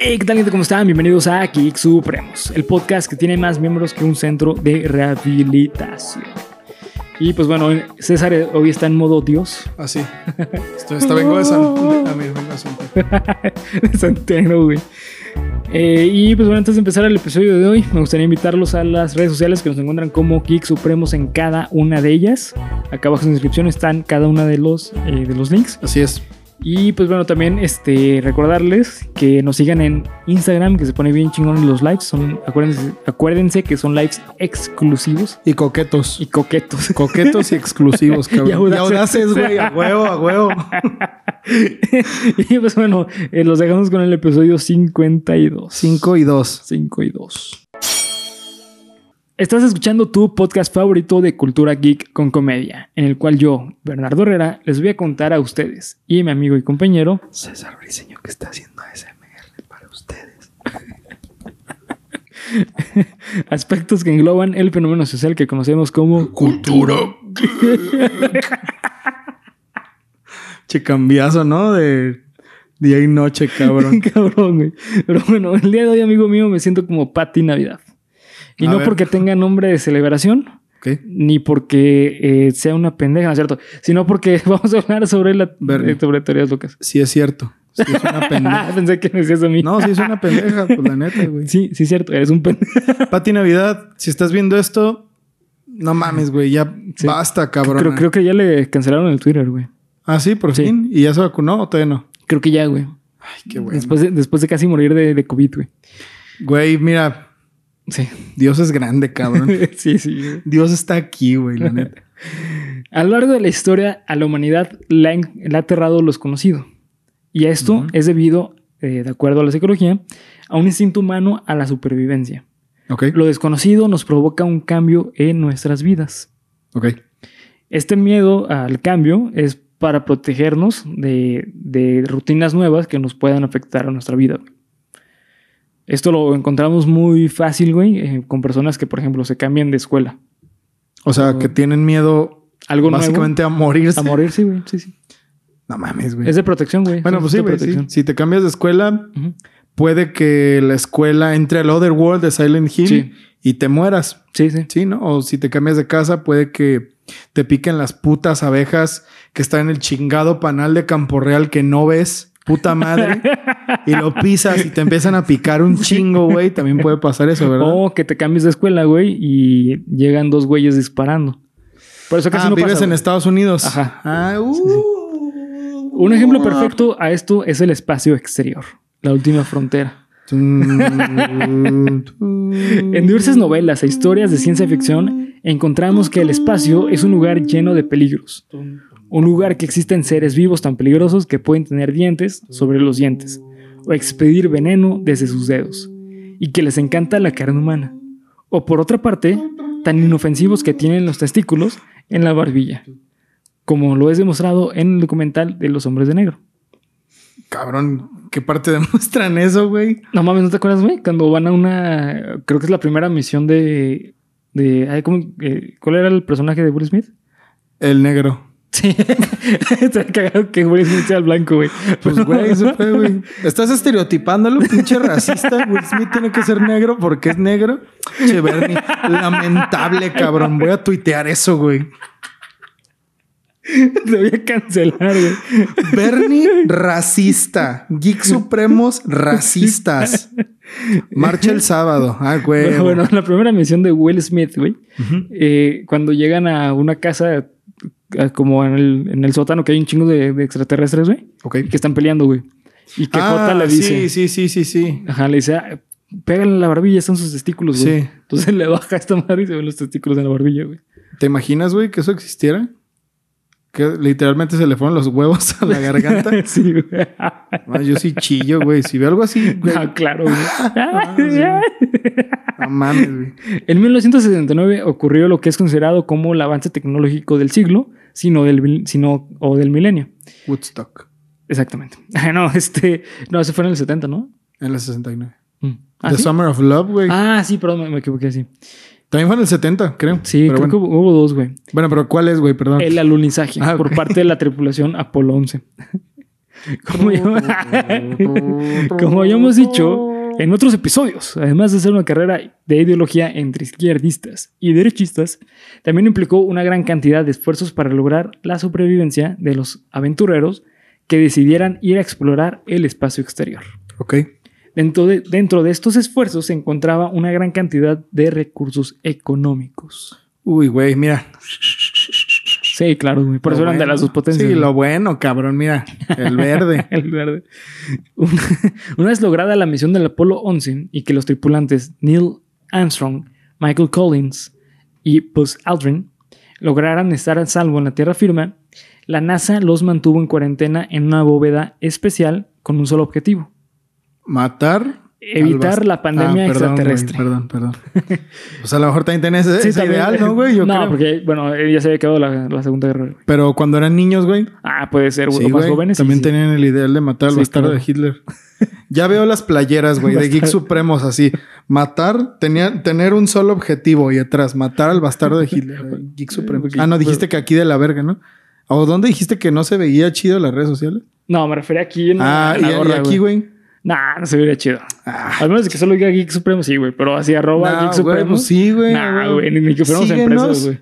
Hey, ¿qué tal gente? ¿Cómo están? Bienvenidos a Geek Supremos, el podcast que tiene más miembros que un centro de rehabilitación. Y pues bueno, César hoy está en modo Dios. Así. Ah, Esto, esta vengo de San... de- a ver, vengo de San- de Santiago, güey. Eh, y pues bueno, antes de empezar el episodio de hoy, me gustaría invitarlos a las redes sociales que nos encuentran como Geek Supremos en cada una de ellas. Acá abajo en la descripción están cada una de los, eh, de los links. Así es. Y pues bueno, también este, recordarles que nos sigan en Instagram, que se pone bien chingón los lives. Son, acuérdense, acuérdense que son lives exclusivos Y coquetos. y coquetos. Coquetos y exclusivos, cabrón. Y audaces. güey. A huevo, a huevo. y pues bueno, eh, los dejamos con el episodio 52. 5 y 2. 5 y 2. Estás escuchando tu podcast favorito de cultura geek con comedia, en el cual yo, Bernardo Herrera, les voy a contar a ustedes y mi amigo y compañero César Briseño que está haciendo ASMR para ustedes. aspectos que engloban el fenómeno social que conocemos como... Cultura. che cambiazo, ¿no? De día y noche, cabrón. Cabrón, güey. Pero bueno, el día de hoy, amigo mío, me siento como Pati Navidad. Y A no ver. porque tenga nombre de celebración, ¿Qué? ni porque eh, sea una pendeja, ¿no es cierto? Sino porque vamos a hablar sobre, la, Verde. eh, sobre teorías locas. Ah, Sí es cierto. Sí es una pendeja. Pensé que me decías a mí. No, sí es una pendeja, pues la neta, güey. Sí, sí, es cierto. Eres un pendejo. Pati Navidad, si estás viendo esto, no mames, güey. Ya Sí. basta, cabrón. Creo, creo que ya le cancelaron el Twitter, güey. Ah, sí, por Sí. fin. ¿Y ya se vacunó o todavía no? Creo que ya, güey. Ay, qué bueno. Después, de, después de casi morir de, de COVID, güey. Güey, mira, Sí. Dios es grande, cabrón. sí, sí. güey. Dios está aquí, güey, la neta. A lo largo de la historia, a la humanidad le ha, en- le ha aterrado lo desconocido. Y esto Ujú. es debido, eh, de acuerdo a la psicología, a un instinto humano a la supervivencia. Ok, Lo desconocido nos provoca un cambio en nuestras vidas. ok. Este miedo al cambio es para protegernos de, de rutinas nuevas que nos puedan afectar a nuestra vida. güey. Esto lo encontramos muy fácil, güey, eh, con personas que, por ejemplo, se cambian de escuela. O sea, que tienen miedo Algo nuevo. básicamente a morirse. A morirse, güey. Sí, sí. No mames, güey. Es de protección, güey. Bueno, Es pues de sí, güey. sí. protección. Si te cambias de escuela, Ujú. puede que la escuela entre al Other World de Silent Hill Sí. y te mueras. Sí, sí. Sí, ¿no? O si te cambias de casa, puede que te piquen las putas abejas que están en el chingado panal de Campo Real que no ves, puta madre, y lo pisas y te empiezan a picar un chingo, güey. También puede pasar eso, ¿verdad? O que te cambies de escuela, güey, y llegan dos güeyes disparando. Por eso casi Ah, no vives pasa, en güey. Estados Unidos. Ajá. Ah, uh. Un ejemplo perfecto a esto es el espacio exterior, la última frontera. En en diversas novelas e historias de ciencia ficción encontramos que el espacio es un lugar lleno de peligros. Un lugar que existen seres vivos tan peligrosos que pueden tener dientes sobre los dientes o expedir veneno desde sus dedos y que les encanta la carne humana. O por otra parte, tan inofensivos que tienen los testículos en la barbilla, como lo es demostrado en el documental de Los Hombres de Negro. Cabrón, ¿qué parte demuestran eso, güey? No mames, ¿no te acuerdas, güey? Cuando van a una. Creo que es la primera misión de. de ay, ¿cómo, eh, ¿Cuál era el personaje de Will Smith? El negro. Sí. Está cagado que Will Smith sea el blanco, güey. Pues, güey, eso fue, güey. Estás estereotipándolo, pinche racista. Will Smith tiene que ser negro porque es negro. Che, Bernie, lamentable, cabrón. Voy a tuitear eso, güey. Te voy a cancelar, güey. Bernie, racista. Geek Supremos, racistas. Marcha el sábado. Ah, güey. Pero bueno, la primera misión de Will Smith, güey. eh, cuando llegan a una casa, a- como en el, en el sótano, que hay un chingo de, de extraterrestres, güey. Ok. y Que están peleando, güey. Y que Jota le dice. Ah, Sí, sí, sí, sí, sí. Ajá, le dice, "Ah, pégale en la barbilla, están sus testículos, güey. Sí. Entonces le baja esta madre y se ven los testículos en la barbilla, güey. ¿Te imaginas, güey, que eso existiera? Que literalmente se le fueron los huevos a la garganta. sí, güey. Ah, yo sí chillo, güey. Si veo algo así, güey. Ah, claro, güey. Ah, No mames, güey. En 1969 ocurrió lo que es considerado como el avance tecnológico del siglo, sino del, mil- sino, o del milenio. Woodstock. Exactamente. No, este, no, ese fue en el 70, ¿no? En la 69. Mm. ¿Ah, The sí? Summer of Love, güey. Ah, sí, perdón, me, me equivoqué, sí. También fue en el 70, creo. Sí, pero creo bueno. que hubo, hubo dos, güey. Bueno, pero ¿cuál es, güey? Perdón. El alunizaje Ah, por ok. parte de la tripulación Apolo 11. Oh, Como ya, como ya hemos dicho Oh. en otros episodios, además de ser una carrera de ideología entre izquierdistas y derechistas, también implicó una gran cantidad de esfuerzos para lograr la sobrevivencia de los aventureros que decidieran ir a explorar el espacio exterior. Ok. Dentro de, dentro de estos esfuerzos se encontraba una gran cantidad de recursos económicos. Uy, güey, mira. Sí, claro, güey. Por Lo eso eran de bueno. las dos potencias. Sí, güey. lo bueno, cabrón, mira. El verde. El verde. Una, una vez lograda la misión del Apolo 11 y que los tripulantes Neil Armstrong, Michael Collins y Buzz Aldrin lograran estar a salvo en la Tierra firme, la NASA los mantuvo en cuarentena en una bóveda especial con un solo objetivo. Matar. Evitar al bas- Ah, la pandemia perdón, güey, extraterrestre. perdón, perdón. O sea, a lo mejor también tenés ese, ese también- ideal, ¿no, güey? Yo no, creo. porque, bueno, eh, ya se había quedado la, la Segunda Guerra. güey. Pero cuando eran niños, güey. Ah, puede ser, güey. sí, o más güey, jóvenes. sí, También sí. tenían el ideal de matar al Sí, bastardo claro. de Hitler. Ya veo las playeras, güey, de Geek Bastardo. Supremos así. Matar, tenía, tener un solo objetivo y atrás, matar al bastardo de Hitler. güey. Geek Supremo. Geek Ah, no, Supremo. dijiste que aquí de la verga, ¿no? ¿O dónde dijiste que no se veía chido las redes sociales? No, me refería aquí en ah, en y, la y gorra, aquí, güey. Nah, no se vería chido. Ah, Al menos que solo diga Geek Supremo, sí, güey. Pero así arroba nah, Geek güey, Supremo. pues sí, güey. Nah, güey. güey, ni- ni que fuéramos empresas, síguenos, güey.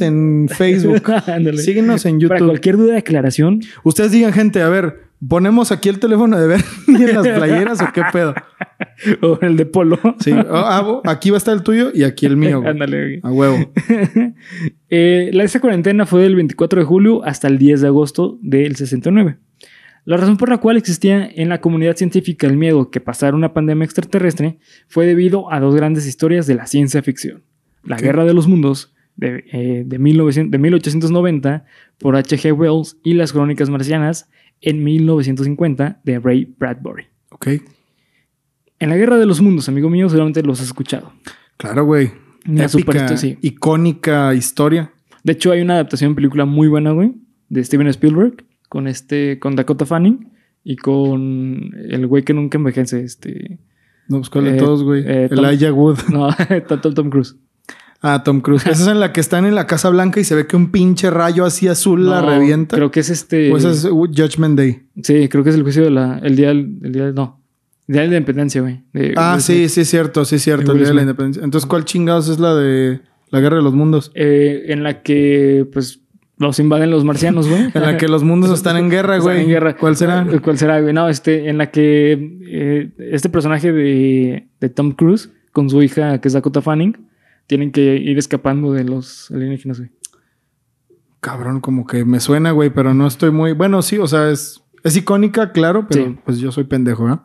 en Facebook. Ándale. síguenos en Para YouTube. cualquier duda, aclaración. Ustedes digan, gente, a ver, ¿ponemos aquí el teléfono de ver en las playeras o qué pedo? O el de Polo. Sí. Oh, ah, bo- aquí va a estar el tuyo y aquí el mío. güey. Ándale, güey. Ah. A huevo. Eh, la esta cuarentena fue del 24 de julio hasta el 10 de agosto del 69. La razón por la cual existía en la comunidad científica el miedo que pasara una pandemia extraterrestre fue debido a dos grandes historias de la ciencia ficción. La Ok. Guerra de los Mundos de, eh, de 1900 de 1890 por H.G. Wells y Las Crónicas Marcianas en 1950 de Ray Bradbury. Ok. En la Guerra de los Mundos, amigo mío, seguramente los has escuchado. Claro, güey. Una Épica, superhisto- sí. icónica historia. De hecho, hay una adaptación de película muy buena, güey, de Steven Spielberg, con este, con Dakota Fanning y con el güey que nunca envejece, este. No, pues cuál de Eh, todos, güey. eh, Tom- Elijah Wood. No, tanto Tom Cruise. Ah, Tom Cruise. Esa es en la que están en la Casa Blanca y se ve que un pinche rayo así azul la No, revienta. Creo que es este. O esa es uh, Judgment Day. Sí, creo que es el juicio de la. El día del. el día del- no. El día de la independencia, güey. de- Ah, de- sí, sí, es cierto, sí, es cierto. El Will día de la Smith. independencia. Entonces, ¿cuál chingados es la de la guerra de los mundos? Eh, en la que, pues, los invaden los marcianos, güey. En la que los mundos están en guerra, Están güey. en guerra. Ah, ¿Cuál será? ¿Cuál será, güey? No, este, en la que eh, este personaje de, de Tom Cruise con su hija, que es Dakota Fanning, tienen que ir escapando de los alienígenas, güey. Cabrón, como que me suena, güey, pero no estoy muy. Bueno, sí, o sea, es, es icónica, claro, pero Sí. pues yo soy pendejo, ¿eh?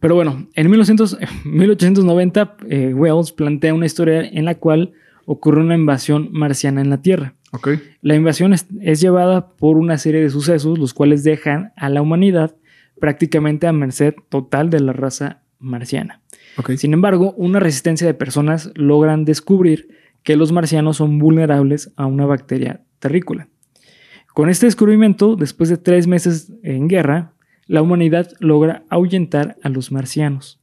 Pero bueno, en 1900 1890, eh, Wells plantea una historia en la cual ocurre una invasión marciana en la Tierra. Ok. La invasión es, es llevada por una serie de sucesos, los cuales dejan a la humanidad prácticamente a merced total de la raza marciana. Ok. Sin embargo, una resistencia de personas logran descubrir que los marcianos son vulnerables a una bacteria terrícola. Con este descubrimiento, después de tres meses en guerra, la humanidad logra ahuyentar a los marcianos.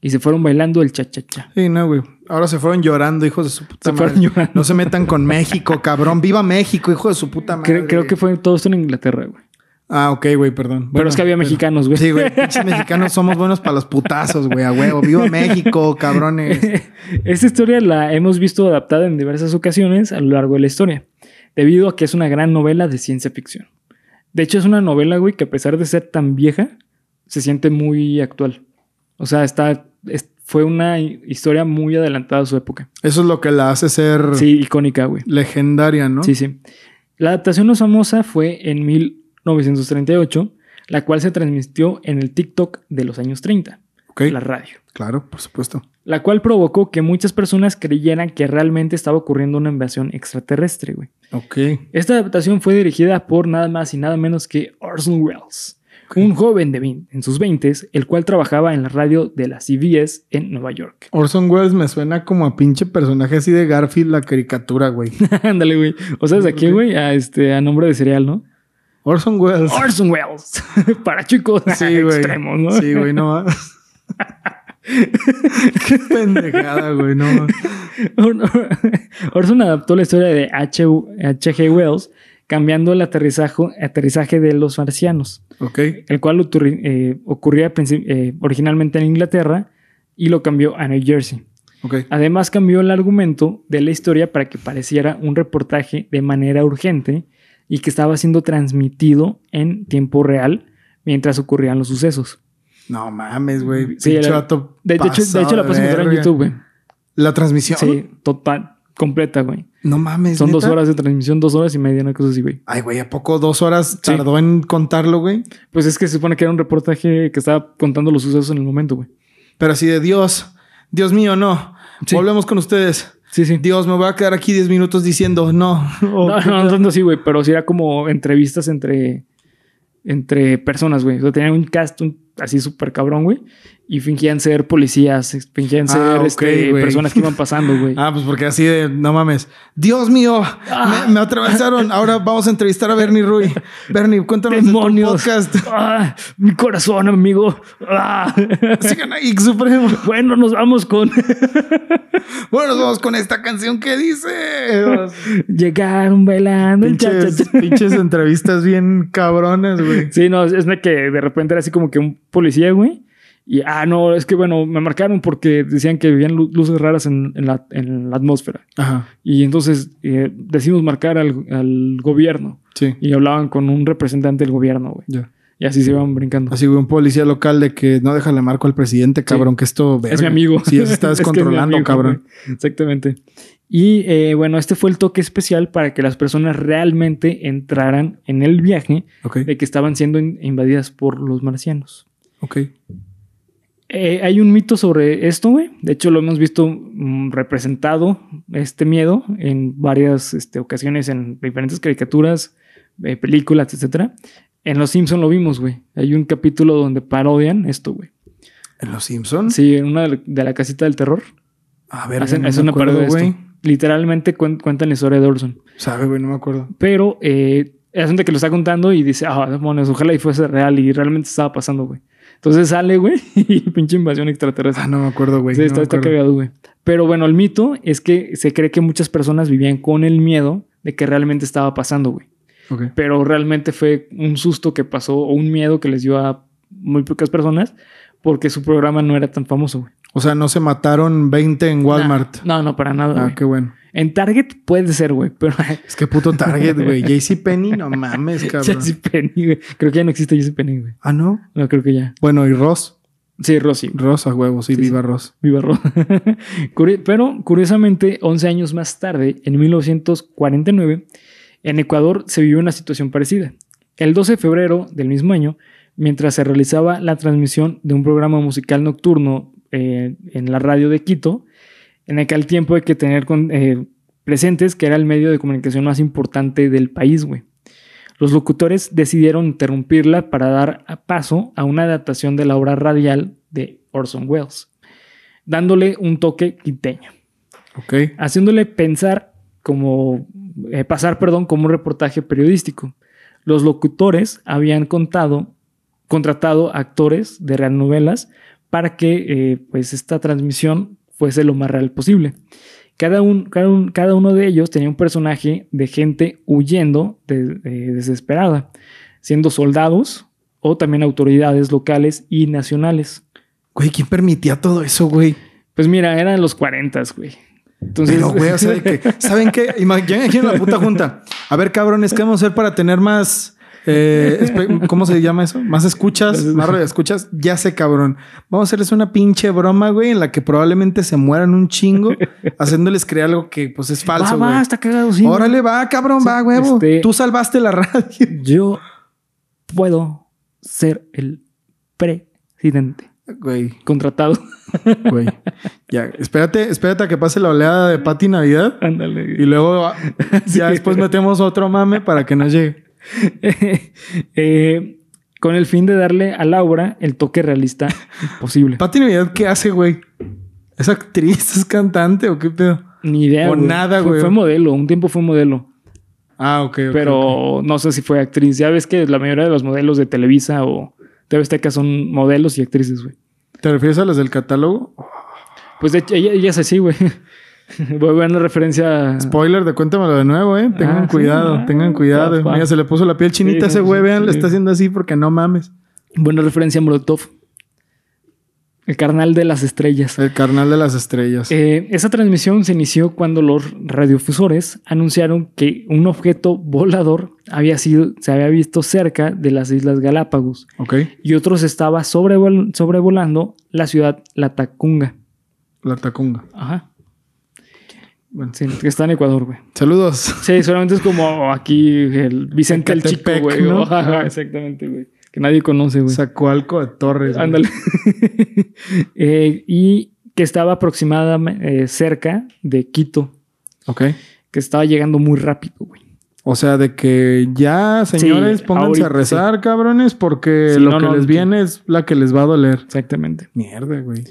Y se fueron bailando el cha-cha-cha. Sí, no, güey. Ahora se fueron llorando, hijos de su puta Se madre. fueron llorando. No se metan con México, cabrón. Viva México, hijo de su puta madre. Creo, creo que fue todo esto en Inglaterra, güey. Ah, ok, güey, perdón. pero es que había mexicanos, güey. Sí, güey. Pinches mexicanos somos buenos para los putazos, güey, a huevo. Viva México, cabrones. Esta historia la hemos visto adaptada en diversas ocasiones a lo largo de la historia, debido a que es una gran novela de ciencia ficción. De hecho, es una novela, güey, que a pesar de ser tan vieja, se siente muy actual. O sea, está, es- fue una hi- historia muy adelantada a su época. Eso es lo que la hace ser Sí, icónica, güey. legendaria, ¿no? Sí, sí. La adaptación más famosa fue en 1938, la cual se transmitió en el TikTok de los años 30, Ok. la radio. Claro, por supuesto. la cual provocó que muchas personas creyeran que realmente estaba ocurriendo una invasión extraterrestre, güey. Ok. Esta adaptación fue dirigida por nada más y nada menos que Orson Welles, Ok. un joven de 20 en sus 20 el cual trabajaba en la radio de la CBS en Nueva York. Orson Welles me suena como a pinche personaje así de Garfield, la caricatura, güey. Ándale, güey. O sea, de ¿Por aquí, qué? güey, a, este, a nombre de cereal, ¿no? Orson Welles. Orson Welles. Para chicos Sí, güey. extremos, ¿no? Sí, güey, no. Qué pendejada, güey, no. Orson adaptó la historia de H. H.G. Wells cambiando el aterrizaje, aterrizaje de los marcianos, Ok. el cual oturri- eh, ocurría princip- eh, originalmente en Inglaterra y lo cambió a New Jersey. Ok. Además cambió el argumento de la historia para que pareciera un reportaje de manera urgente y que estaba siendo transmitido en tiempo real mientras ocurrían los sucesos. No mames, güey. Sí, Pinche la- vato De, de hecho, de pasado hecho, la de puedes encontrar en verga. YouTube, güey. La transmisión. Sí, total, completa, güey. No mames. Son dos ¿neta? horas de transmisión, dos horas y media, una cosa así, güey. Ay, güey, ¿a poco dos horas tardó en contarlo, güey? Pues es que se supone que era un reportaje que estaba contando los sucesos en el momento, güey. Pero así de Dios, Dios mío, no. Sí. Volvemos con ustedes. Sí, sí. Dios, me voy a quedar aquí 10 minutos diciendo no. O- No, no, no tanto así, güey, pero sí era como entrevistas entre, entre personas, güey. O sea, tenían un cast un- así súper cabrón, güey. Y fingían ser policías, es- fingían ser Ah, ok, este, güey. personas que iban pasando, güey. Ah, pues porque así de no mames. Dios mío, Ah. me, me atravesaron. Ahora vamos a entrevistar a Bernie Rui. Bernie, cuéntanos ¡Demonios! de tu podcast. ¡Ah! mi corazón, amigo. ¡Ah! Sigan a Geek Supremo. bueno, nos vamos con... Bueno, nos vamos con esta canción que dice. Llegaron bailando. el Pinches, cha-cha-cha. pinches entrevistas bien cabronas, güey. Sí, no, es- es de que de repente era así como que un policía, güey. Y, ah, no, es que bueno, me marcaron porque decían que vivían lu- luces raras en, en la, en la atmósfera. Ajá, Y entonces eh, decidimos marcar al, al gobierno. sí. Y hablaban con un representante del gobierno, güey. Ya. Y así se iban brincando. Así, güey, un policía local de que no déjale marco al presidente, cabrón, que esto. Es mi amigo. Sí, se está Es que es mi descontrolando, amigo, cabrón. güey. Exactamente. Y eh, bueno, este fue el toque especial para que las personas realmente entraran en el viaje Ok, de que estaban siendo in- invadidas por los marcianos. ok. Eh, hay un mito sobre esto, güey. De hecho, lo hemos visto mm, representado, este miedo, en varias este, ocasiones, en diferentes caricaturas, eh, películas, etcétera. En Los Simpson lo vimos, güey. Hay un capítulo donde parodian esto, güey. ¿En los Simpsons? Sí, en una de la- de la casita del terror. A ver, hacen, no hacen una me acuerdo, parodia de esto. güey. Literalmente cuen- cuentan la historia de Orson. Sabe, güey, no me acuerdo. Pero eh, hay gente que lo está contando y dice, ah, demonios, ojalá y fuese real y realmente estaba pasando, güey. Entonces sale, güey, y pinche invasión extraterrestre. Ah, no me acuerdo, güey. Sí, no está, me está acuerdo. cagado, güey. Pero bueno, el mito es que se cree que muchas personas vivían con el miedo de que realmente estaba pasando, güey. Ok. Pero realmente fue un susto que pasó o un miedo que les dio a muy pocas personas porque su programa no era tan famoso, güey. O sea, no se mataron 20 en Walmart. No, no, para nada. ah, güey. qué bueno. En Target puede ser, güey, pero Es que puto Target, güey. JC Penny, no mames, cabrón. JCPenney, güey. Creo que ya no existe JCPenney, güey. Ah, no. No, creo que ya. Bueno, y Ross. Sí, Rosy. Ross a huevo, sí, Sí, viva Ross. Viva Ro. Curi- Pero curiosamente, 11 años más tarde, en 1949, en Ecuador se vivió una situación parecida. El 12 de febrero del mismo año, mientras se realizaba la transmisión de un programa musical nocturno eh, en la radio de Quito, en aquel tiempo hay que tener con- eh, presentes que era el medio de comunicación más importante del país, güey. Los locutores decidieron interrumpirla para dar a paso a una adaptación de la obra radial de Orson Welles dándole un toque quiteño, Ok. haciéndole pensar como eh, pasar, perdón, como un reportaje periodístico. Los locutores habían contado, contratado actores de radionovelas para que eh, pues esta transmisión fuese lo más real posible. Cada, un- cada, un- cada uno de ellos tenía un personaje de gente huyendo de- eh, desesperada, siendo soldados o también autoridades locales y nacionales. Güey, ¿quién permitía todo eso, güey? Pues mira, eran los 40, güey. Entonces, Pero, güey, o sea, de que, ¿saben qué? Imaginen aquí en la puta junta. A ver, cabrones, ¿qué vamos a hacer para tener más. eh, espe- ¿Cómo se llama eso? Más escuchas, más radio escuchas. Ya sé, cabrón. Vamos a hacerles una pinche broma, güey, en la que probablemente se mueran un chingo, haciéndoles creer algo que pues es va, falso, güey. va, está cagado, sí. Órale, va, cabrón, Sí, va, huevo. este- Tú salvaste la radio. Yo puedo ser el presidente Güey, contratado. güey. Ya, espérate, espérate a que pase la oleada de Pati Navidad y Ándale. luego ah, Sí. ya después metemos otro mame para que no llegue. Eh, con el fin de darle a Laura el toque realista posible. Pati Navidad, ¿qué hace, güey? ¿Es actriz? ¿Es cantante o qué pedo? Ni idea. o nada, Fue- güey. Fue modelo, un tiempo fue modelo. Ah, ok. ok, ok. Pero no sé si fue actriz. Ya ves que la mayoría de los modelos de Televisa o TV Azteca son modelos y actrices, güey. ¿Te refieres a las del catálogo? Pues de hecho, ella, ella es así, güey. Voy a ver una referencia. Spoiler, de cuéntamelo de nuevo, ¿eh? Tengan Ah, sí, cuidado, ah, tengan cuidado. papá. Mira, se le puso la piel chinita Sí, a ese güey, sí, vean, le sí. está haciendo así porque no mames. Buena referencia a Molotov. El carnal de las estrellas. El carnal de las estrellas. Eh, esa transmisión se inició cuando los radiofusores anunciaron que un objeto volador había sido, se había visto cerca de las Islas Galápagos ok. y otros estaba sobrevol- sobrevolando la ciudad La Tacunga. La tacunga. Ajá. Bueno. Sí, que está en Ecuador, güey. Saludos. Sí, solamente es como aquí el Vicente el Chico, Ecatepec, güey. ¿no? Ajá, ajá, exactamente, güey. Que nadie conoce, güey. Zacualco de Torres. güey. Ándale. Eh, y que estaba aproximada eh, cerca de Quito, Ok. que estaba llegando muy rápido, güey. O sea, de que ya, señores, Sí, pónganse ahorita, a rezar, cabrones, porque Sí, lo no, que no, les no. viene es la que les va a doler. Exactamente. Mierda, güey.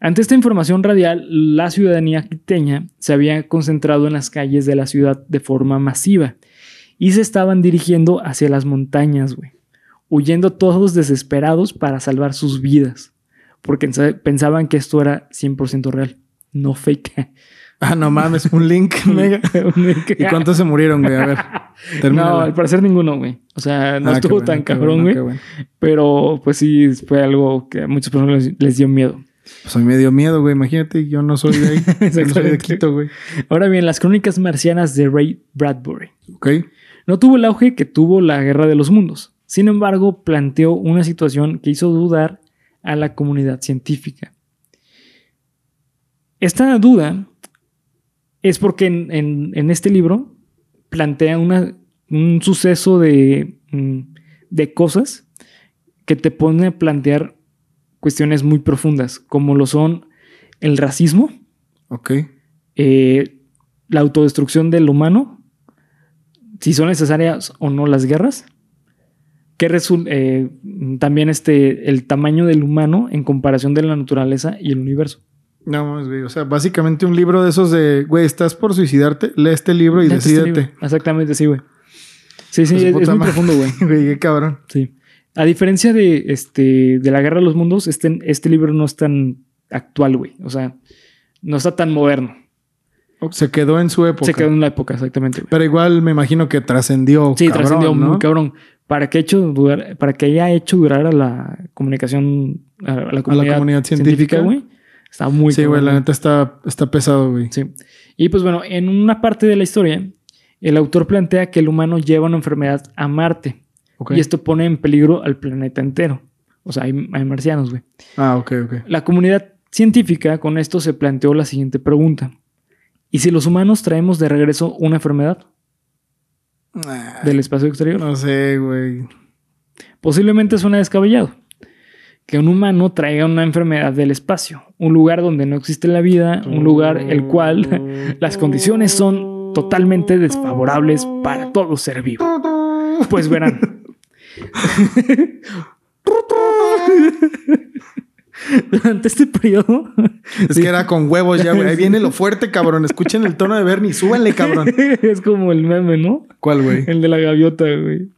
Ante esta información radial, la ciudadanía quiteña se había concentrado en las calles de la ciudad de forma masiva y se estaban dirigiendo hacia las montañas, güey, huyendo todos desesperados para salvar sus vidas, porque ensa- pensaban que esto era 100% real, no fake. Ah, no mames, un link mega. ¿Y cuántos se murieron, güey? A ver. No, termínala. al parecer ninguno, güey. O sea, no Ah, qué estuvo bueno, tan qué cabrón, bueno, güey. qué bueno. Pero pues sí, fue algo que a muchas personas les- les dio miedo. Pues a mí me dio miedo, güey. Imagínate, yo no soy de ahí. yo no soy de Exactamente. Quito, güey. Ahora bien, las crónicas marcianas de Ray Bradbury. Ok. No tuvo el auge que tuvo la Guerra de los Mundos. Sin embargo, planteó una situación que hizo dudar a la comunidad científica. Esta duda es porque en, en- en este libro plantea una- un suceso de, mm, de cosas que te pone a plantear cuestiones muy profundas, como lo son el racismo, Ok. eh, la autodestrucción del humano, si son necesarias o no las guerras, que resul- eh, también este, el tamaño del humano en comparación de la naturaleza y el universo. No mames, güey. O sea, básicamente un libro de esos de, güey, estás por suicidarte, lee este libro y Neta, este decídete. libro. Exactamente, sí, güey. Sí, sí, Pues, es, puta es muy madre. profundo, güey. Güey, qué cabrón. Sí. A diferencia de, este, de La Guerra de los Mundos, este, este libro no es tan actual, güey. O sea, no está tan moderno. Se quedó en su época. Se quedó en la época, exactamente, güey. Pero igual me imagino que trascendió. Sí, cabrón, trascendió ¿no? muy cabrón. Para que, hecho durar- para que haya hecho durar a la comunicación, a, a la, A comunidad la comunidad científica, científica, güey. Está muy Sí, güey, cabrón, la neta está, está pesado, güey. Sí. Y pues bueno, en una parte de la historia, el autor plantea que el humano lleva una enfermedad a Marte. Ok. Y esto pone en peligro al planeta entero. O sea, hay, hay marcianos, güey. Ah, ok, ok. La comunidad científica con esto se planteó la siguiente pregunta. ¿Y si los humanos traemos de regreso una enfermedad Ah, del espacio exterior? No sé, güey. Posiblemente suena descabellado. Que un humano traiga una enfermedad del espacio, un lugar donde no existe la vida, un lugar el cual las condiciones son totalmente desfavorables para todo ser vivo. Pues verán. Durante este periodo, Es que era con huevos ya, güey. Ahí viene lo fuerte, cabrón. Escuchen el tono de Bernie. Súbanle, cabrón. es como el meme, ¿no? ¿Cuál, güey? El de la gaviota, güey.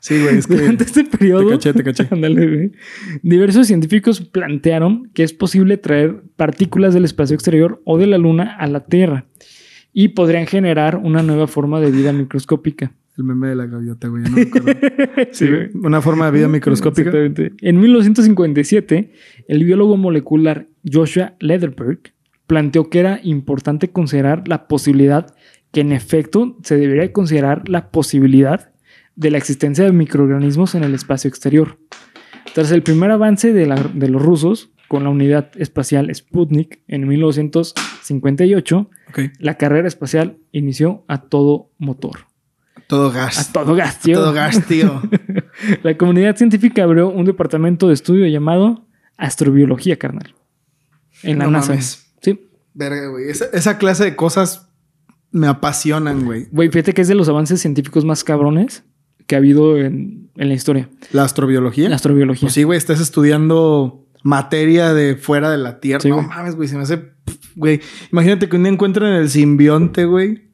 Sí, güey, es que. Durante este periodo, Te caché, te caché. Ándale, güey. diversos científicos plantearon que es posible traer partículas del espacio exterior o de la Luna a la Tierra y podrían generar una nueva forma de vida microscópica. El meme de la gaviota, güey. No me acuerdo. Sí, güey. Una forma de vida microscópica. Exactamente. En 1957, el biólogo molecular Joshua Lederberg planteó que era importante considerar la posibilidad que en efecto se debería considerar la posibilidad de la existencia de microorganismos en el espacio exterior. Tras el primer avance de, la- de los rusos con la unidad espacial Sputnik en 1958, Ok. la carrera espacial inició a todo motor. Todo A gas. todo gas, tío. Todo gas, tío. La comunidad científica abrió un departamento de estudio llamado astrobiología, carnal. En la No NASA. mames. Sí. Verga, güey. Esa, esa clase de cosas me apasionan, güey. Güey, fíjate que es de los avances científicos más cabrones que ha habido en, en la historia. La astrobiología. La astrobiología. Pues sí, güey, estás estudiando materia de fuera de la Tierra. Sí, no güey. mames, güey, se me hace... pff, Güey, imagínate que un día encuentran el simbionte, güey.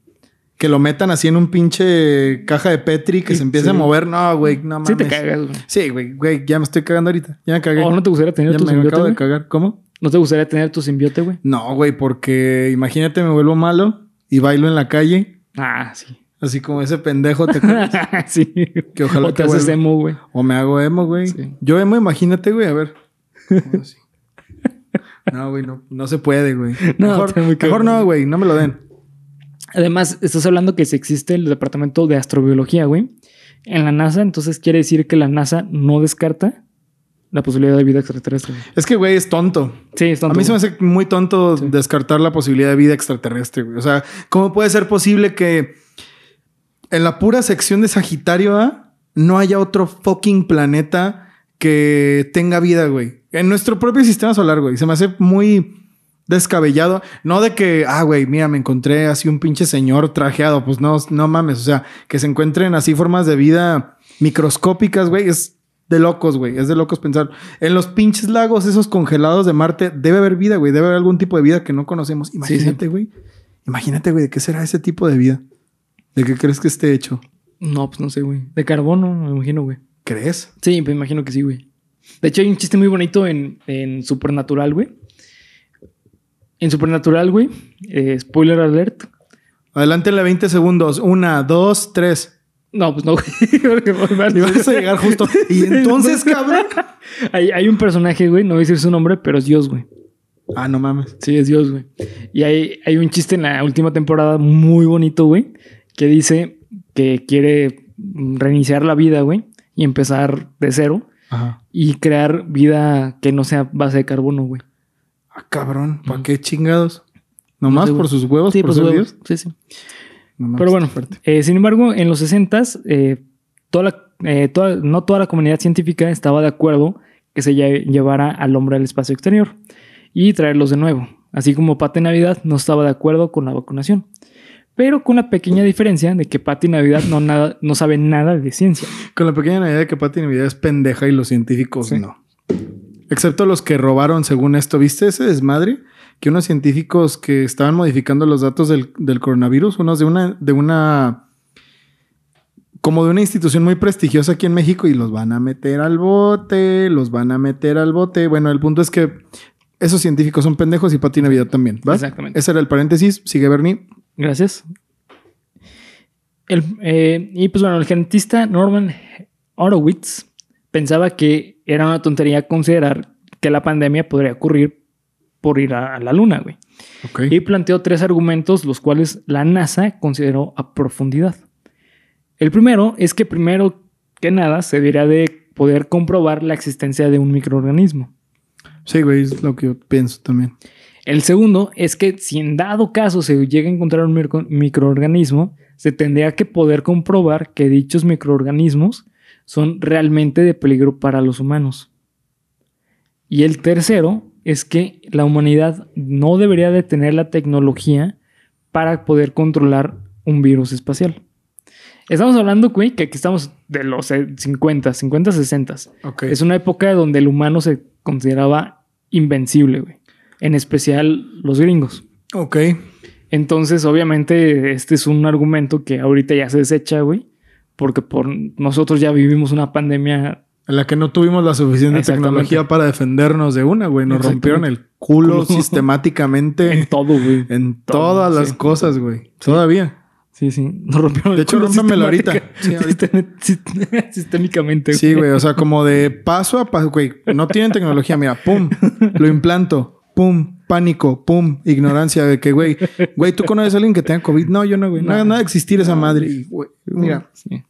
que lo metan así en un pinche caja de Petri que Sí, se empiece a sí. mover. No, güey, no mames. Sí te cagas, güey. Sí, güey, güey, ya me estoy cagando ahorita. Ya me cagué. ¿O no te gustaría tener ya tu me simbiote, acabo de güey? cagar. ¿Cómo? ¿No te gustaría tener tu simbiote, güey? No, güey, porque imagínate, me vuelvo malo y bailo en la calle, Ah, sí. así como ese pendejo. ¿te acuerdas? sí. Que ojalá o te que haces vuelva. emo, güey. o me hago emo, güey. Sí. Yo emo, imagínate, güey, a ver. ¿Cómo así? No, güey, no, no se puede, güey. No, mejor, está muy cabrón. mejor no, güey, no me lo den. Además, estás hablando que si existe el departamento de astrobiología, güey, en la NASA, entonces quiere decir que la NASA no descarta la posibilidad de vida extraterrestre. güey. Es que, güey, es tonto. Sí, es A tonto, mí se me güey. hace muy tonto Sí. descartar la posibilidad de vida extraterrestre, güey. O sea, ¿cómo puede ser posible que en la pura sección de Sagitario A no haya otro fucking planeta que tenga vida, güey? En nuestro propio sistema solar, güey. Se me hace muy descabellado. No de que, ah, güey, mira, me encontré así un pinche señor trajeado. Pues no, no mames. O sea, que se encuentren así formas de vida microscópicas, güey. Es de locos, güey. Es de locos pensar. En los pinches lagos, esos congelados de Marte, debe haber vida, güey. Debe haber algún tipo de vida que no conocemos. Imagínate, güey. Imagínate, güey, de qué será ese tipo de vida. ¿De qué crees que esté hecho? No, pues no sé, güey. De carbono, me imagino, güey. ¿Crees? Sí, me imagino que sí, güey. De hecho, hay un chiste muy bonito en, en Supernatural, güey. En Supernatural, güey, eh, spoiler alert. Adelántale 20 segundos. Una, dos, tres. No, pues no, güey. Porque Y vas a llegar justo. Y entonces, cabrón. Hay, hay un personaje, güey, no voy a decir su nombre, pero es Dios, güey. Ah, no mames. Sí, es Dios, güey. Y hay, hay un chiste en la última temporada muy bonito, güey, que dice que quiere mm, reiniciar la vida, güey, y empezar de cero Ajá. y crear vida que no sea base de carbono, güey. Ah, cabrón. ¿Para Ujú. qué chingados? No Nomás sé, por güey. sus huevos, Sí, por pues, ser güey, Dios. Sí, sí. No mames, Pero bueno, está fuerte. eh, sin embargo, en los 60s, eh, toda la- eh, toda- no toda la comunidad científica estaba de acuerdo que se lle- llevara al hombre al espacio exterior y traerlos de nuevo. Así como Pate Navidad no estaba de acuerdo con la vacunación. Pero con la pequeña diferencia de que Pati Navidad no, nada, no sabe nada de ciencia. Con la pequeña Navidad de que Pati Navidad es pendeja y los científicos Sí. no. Excepto los que robaron, según esto. ¿Viste ese desmadre? Que unos científicos que estaban modificando los datos del, del coronavirus, unos de una, de una. como de una institución muy prestigiosa aquí en México, y los van a meter al bote, los van a meter al bote. Bueno, el punto es que esos científicos son pendejos y Pati Navidad también. ¿va? Exactamente. Ese era el paréntesis. Sigue Bernie. Gracias. El- eh, y pues bueno, el genetista Norman Horowitz pensaba que era una tontería considerar que la pandemia podría ocurrir por ir a, a la luna, güey. Ok. Y planteó tres argumentos, los cuales la NASA consideró a profundidad. El primero es que primero que nada se debería de poder comprobar la existencia de un microorganismo. Sí, güey, es lo que yo pienso también. El segundo es que si en dado caso se llega a encontrar un micro- microorganismo, se tendría que poder comprobar que dichos microorganismos son realmente de peligro para los humanos. Y el tercero es que la humanidad no debería de tener la tecnología para poder controlar un virus espacial. Estamos hablando, güey, que aquí estamos de los eh, 50, 50, 60. Ok. Es una época donde el humano se consideraba invencible, güey. En especial los gringos. Ok. Entonces, obviamente, este es un argumento que ahorita ya se desecha, güey. Porque por nosotros ya vivimos una pandemia. En la que no tuvimos la suficiente Exactamente. tecnología para defendernos de una, güey. Nos Exactamente. rompieron el culo Culo. En sistemáticamente todo, güey. en, todo, todas las sí. cosas, güey. Todavía. Sí, sí. Nos rompieron el De hecho, culo rómpamelo ahorita. sistemática- Sí, ahorita. sistem- Sistémicamente, Sí, güey. O sea, como de paso a paso, güey. No tienen tecnología, mira, pum, lo implanto, pum, pánico, pum, ignorancia de que, güey, güey, ¿tú conoces a alguien que tenga COVID? No, yo no, güey. No, No. no, de existir esa madre. Y, güey, mira, Sí.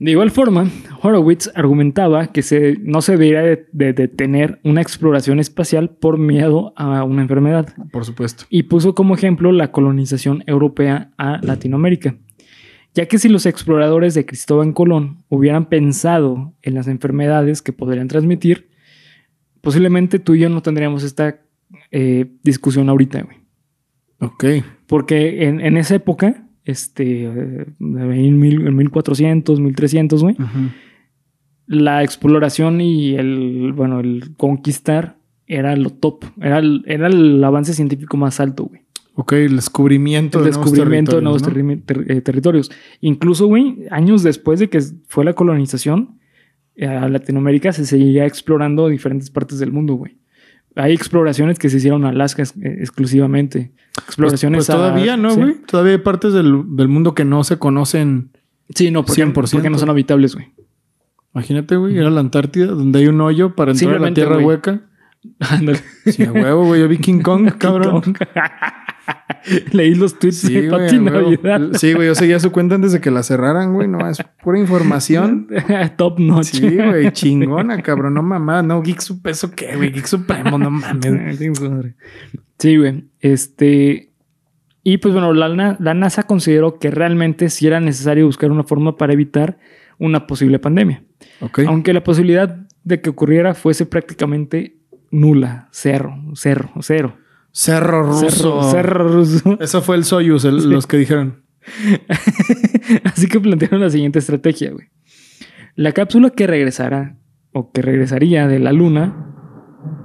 De igual forma, Horowitz argumentaba que se, no se debería de, de detener una exploración espacial por miedo a una enfermedad por supuesto. y puso como ejemplo la colonización europea a Latinoamérica, ya que si los exploradores de Cristóbal Colón hubieran pensado en las enfermedades que podrían transmitir, posiblemente tú y yo no tendríamos esta eh, discusión ahorita, güey. Ok. Porque en, en esa época, este, eh, en, mil- en 1400, 1300, güey, Ujú. la exploración y el, bueno, el conquistar era lo top, era el, era el avance científico más alto, güey. Ok, el descubrimiento, el de nuevos descubrimiento de nuevos territorios, ¿no? terri- ter- eh, territorios. Incluso, güey, años después de que fue la colonización, eh, a Latinoamérica se seguía explorando diferentes partes del mundo, güey. Hay exploraciones que se hicieron a Alaska ex- eh, exclusivamente. Pues- Exploraciones pues todavía, a- ¿no, sí. güey? Todavía hay partes del, del mundo que no se conocen. Sí, no, porque, 100%. porque no son habitables, güey. Imagínate, güey, ir a la Antártida, donde hay un hoyo para entrar a la Simplemente, tierra güey. hueca. Ándale. Sí, a huevo, güey. Yo vi King Kong, cabrón. Leí los tweets Sí, de güey. Pati a huevo. Navidad. Sí, güey. Yo seguía su cuenta antes de que la cerraran, güey. No, es pura información. Top notch. Sí, güey. Chingona, cabrón. No mamá. No, Geek Supeso, ¿qué, güey? Geek Supremo, no Ah, mames. Sí, güey. Este. Y pues bueno, la, na- la NASA consideró que realmente sí era necesario buscar una forma para evitar una posible pandemia. Ok. Aunque la posibilidad de que ocurriera fuese prácticamente nula, cero, cero, cero. Cerro ruso. Cerro, cerro ruso. Eso fue el Soyuz, el- los que dijeron. Así que plantearon la siguiente estrategia, güey. La cápsula que regresará o que regresaría de la luna.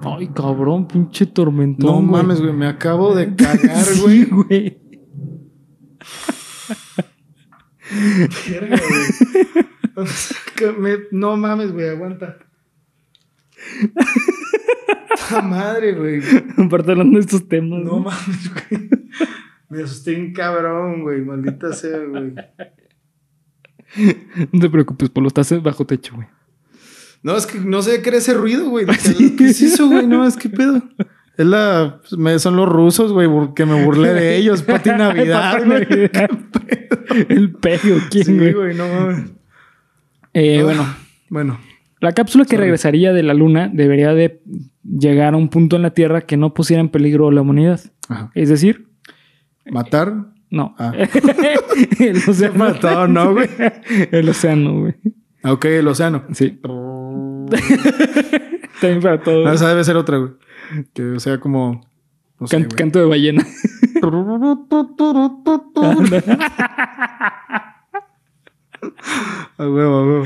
Ay, cabrón, pinche tormentón. No güey. mames, güey. Me acabo de cagar, Sí, güey. güey. Verga, güey. O sea, que me- no mames, güey, aguanta. ¡Ah, madre, güey. Aparte hablando de estos temas. No No, mames, güey. Me asusté un cabrón, güey. Maldita sea, güey. no te preocupes, Polo, estás bajo techo, güey. No, es que no sé qué era ese ruido, güey. Dije, Sí. ¿Qué es eso, güey? No, es que pedo. Es la. pues, me- son los rusos, güey, bur- que me burlé de ellos. Pati Navidad, Pati güey. Navidad. El pejo, ¿quién, Sí, güey? güey, no mames. Eh, Ah, bueno, Bueno. la cápsula que Sorry. regresaría de la luna debería de llegar a un punto en la Tierra que no pusiera en peligro a la humanidad. Ajá. Es decir, Matar. No. Ah. el océano. Matado, no, güey. El océano, güey. Ah, Ok, el océano. Sí. También para todo. No, esa debe ser otra, güey. Que sea como. No sé, Can- güey. canto de ballena. A huevo, a huevo.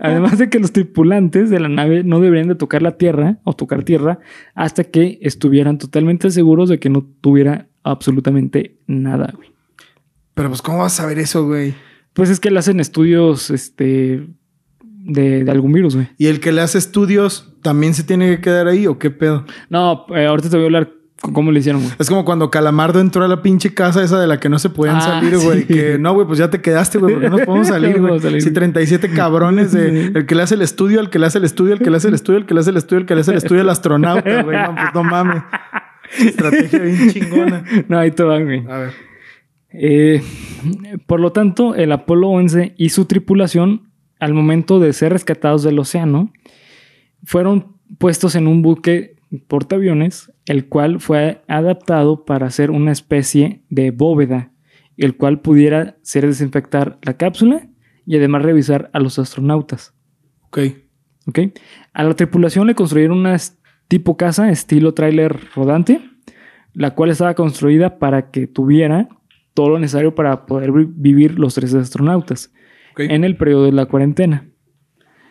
Además de que los tripulantes de la nave no deberían de tocar la tierra o tocar tierra hasta que estuvieran totalmente seguros de que no tuviera absolutamente nada, güey. Pero pues, ¿cómo vas a saber eso, güey? Pues es que le hacen estudios, este, de, de algún virus, güey. ¿Y el que le hace estudios también se tiene que quedar ahí o qué pedo? No, eh, ahorita te voy a hablar c- cómo le hicieron, güey. Es como cuando Calamardo entró a la pinche casa esa de la que no se podían Ah, salir, sí. güey. Que no, güey, pues ya te quedaste, güey, porque no nos podemos salir, No güey. podemos salir. Sí, 37 cabrones de el que le hace el estudio, el que le hace el estudio, el que le hace el estudio, el que le hace el estudio, el que le hace el estudio, el astronauta, güey. No, pues no mames. Estrategia bien chingona. No, ahí te van, güey. A ver. Eh, por lo tanto, el Apolo 11 y su tripulación, al momento de ser rescatados del océano, fueron puestos en un buque portaaviones, el cual fue adaptado para hacer una especie de bóveda, el cual pudiera ser desinfectar la cápsula y además revisar a los astronautas. Ok. ¿ok? A la tripulación le construyeron una es- tipo casa estilo tráiler rodante, la cual estaba construida para que tuviera todo lo necesario para poder vi- vivir los tres astronautas ok. en el periodo de la cuarentena.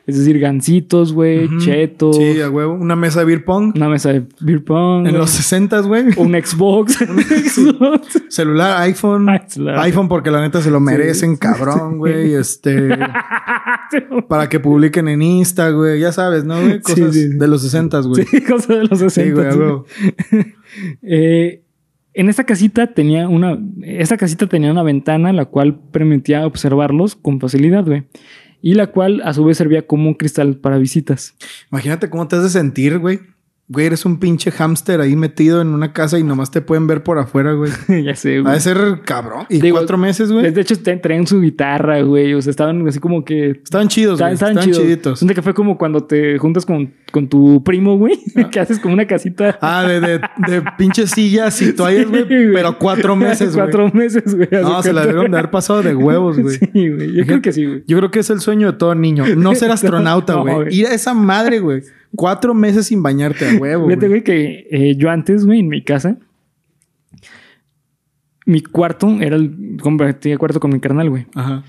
Es decir, gancitos, güey, Ujú. chetos, Sí, a huevo. Una mesa de beer pong. una mesa de beer pong, En güey, los 60, güey. un Xbox, Xbox. Celular, iPhone. Ah, es la- iPhone porque la neta se lo merecen, cabrón, güey. Este. para que publiquen en Insta, güey. Ya sabes, ¿no? güey? Cosas sí, sí. de los 60, güey. Sí, cosa de los 60. Sí, güey, a huevo. Eh, en esta casita tenía una. Esta casita tenía una ventana la cual permitía observarlos con facilidad, güey. Y la cual a su vez servía como un cristal para visitas. Imagínate cómo te has de sentir, güey. Güey, eres un pinche hámster ahí metido en una casa y nomás te pueden ver por afuera, güey. ya sé, Va güey. a ser cabrón. Y Digo, cuatro meses, güey. De hecho, te- traían su guitarra, güey. O sea, estaban así como que. Estaban chidos, Estaban, güey. estaban Estaban chidos. chiditos. Siento que fue como cuando te juntas con, con tu primo, güey. que haces como una casita. Ah, de, de, de pinches sillas y toallas, güey. güey. pero cuatro meses, güey. Cuatro meses, güey. No, Hace se cuatro- la debieron de haber pasado de huevos, güey. Sí, güey. Yo creo que sí, güey. Yo creo que es el sueño de todo niño. No ser astronauta, No, güey. güey. Ir a esa madre, güey. Cuatro meses sin bañarte a huevo. Fíjate, güey. güey, que eh, yo antes, güey, en mi casa, mi cuarto era el. Compartía cuarto con mi carnal, güey. Ajá.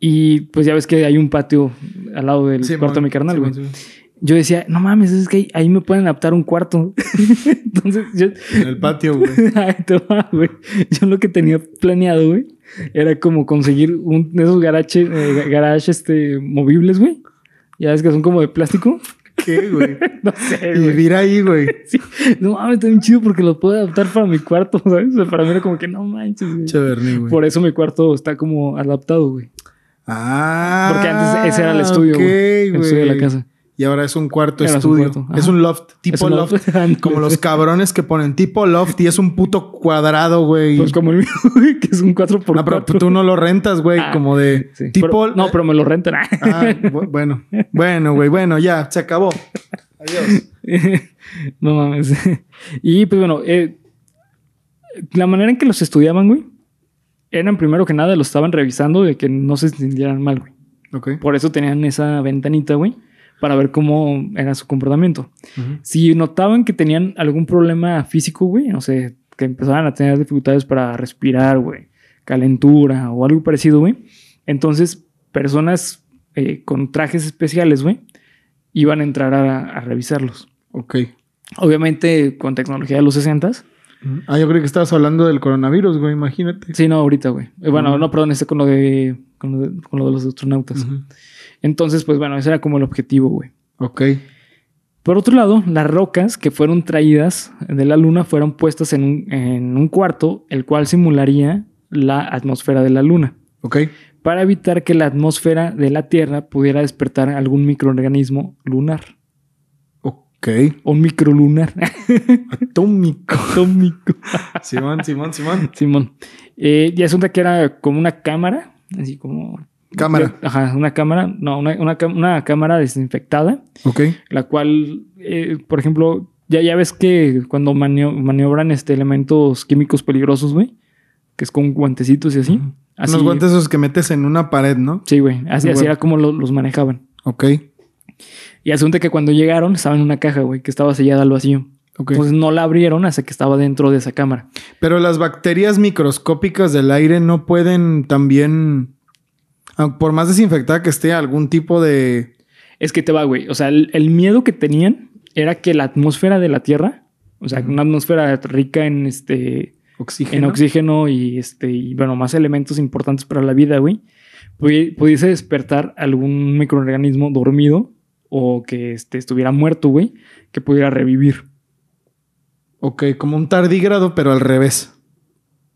Y pues ya ves que hay un patio al lado del Simón, cuarto de mi carnal, Simón, güey. Simón. yo decía, no mames, es que ahí- ahí me pueden adaptar un cuarto. Entonces, yo, En el patio, güey. Ay, te va, güey. Yo lo que tenía planeado, güey, era como conseguir un de esos garage, eh, ga- garage este, movibles, güey. Ya ves que son como de plástico. ¿Qué, güey? No sé, Y güey. vivir ahí, güey. Sí. No mames, está bien chido porque lo puedo adaptar para mi cuarto, ¿sabes? O sea, para mí era como que no manches, güey. Che, Bernie, güey. Por eso mi cuarto está como adaptado, güey. Ah. Porque antes ese era el estudio, ok, güey. El estudio de la casa. Y ahora es un cuarto Ahora es un estudio. cuarto, ajá. Es un loft, tipo Es un loft. loft. Ándale. Como los cabrones que ponen tipo loft y es un puto cuadrado, güey. Pues como el mío, güey, que es un 4x4. No, Ah, pero tú no lo rentas, güey. Ah, como de Sí. tipo. Pero- no, pero me lo rentan. Ah, bu- bueno. Bueno, güey. Bueno, ya, se acabó. Adiós. no mames. y pues bueno, eh, la manera en que los estudiaban, güey, eran primero que nada, los estaban revisando de que no se sintieran mal, güey. Ok. Por eso tenían esa ventanita, güey, para ver cómo era su comportamiento. Ujú. Si notaban que tenían algún problema físico, güey, no sé, que empezaban a tener dificultades para respirar, güey, calentura o algo parecido, güey, entonces personas eh, con trajes especiales, güey, iban a entrar a- a revisarlos. Ok. Obviamente con tecnología de los 60 Ujú. Ah, yo creo que estabas hablando del coronavirus, güey. Imagínate. Sí, no, ahorita, güey. Eh, Bueno, Ujú. no, perdón, este con lo de con lo de, con lo de los astronautas. Ujú. Entonces, pues bueno, ese era como el objetivo, güey. Ok. Por otro lado, las rocas que fueron traídas de la luna fueron puestas en un, en un cuarto, el cual simularía la atmósfera de la luna, Ok. para evitar que la atmósfera de la Tierra pudiera despertar algún microorganismo lunar. Ok. O un microlunar Atómico. atómico. Simón, Simón, Simón. Simón. Eh, y resulta que era como una cámara, así como. Cámara. Ajá, una cámara, no, una, una cam- una cámara desinfectada, Ok. la cual, eh, por ejemplo, ya, ya ves que cuando manio- maniobran este, elementos químicos peligrosos, güey, que es con guantecitos y así. Ujú. así Unos guantes esos que metes en una pared, ¿no? Sí, güey, así, así Bueno. era como lo- los manejaban. Ok. Y asunto que cuando llegaron estaba en una caja, güey, que estaba sellada al vacío. Ok. Entonces no la abrieron hasta que estaba dentro de esa cámara. Pero las bacterias microscópicas del aire no pueden también, aun- por más desinfectada que esté, algún tipo de... Es que te va, güey. O sea, el, el miedo que tenían era que la atmósfera de la Tierra, o sea, Ujú. una atmósfera rica en este Oxígeno. en oxígeno y este y bueno, más elementos importantes para la vida, güey, pudi- pudiese despertar algún microorganismo dormido o que este, estuviera muerto, güey, que pudiera revivir. Ok, como un tardígrado, pero al revés.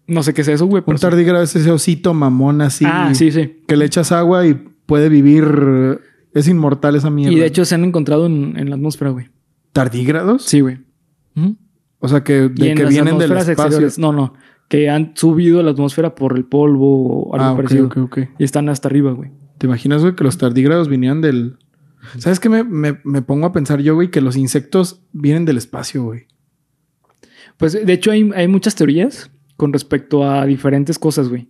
No sé qué es eso, güey, Un pero sí. tardígrado es ese osito mamón así Ah, sí, sí. que le echas agua y puede vivir... eh, Es inmortal esa mierda. Y de hecho se han encontrado en, en la atmósfera, güey. ¿Tardígrados? Sí, güey. Ujú. O sea, que, Y de en que las vienen del atmósferas espacio. exteriores. No, no. Que han subido a la atmósfera por el polvo o algo Ah, ok, parecido. ok, ok. Y están hasta arriba, güey. ¿Te imaginas, güey, que los tardígrados vinieran del... ¿Sabes qué? Me, me- me pongo a pensar yo, güey, que los insectos vienen del espacio, güey. Pues de hecho hay, hay muchas teorías con respecto a diferentes cosas, güey.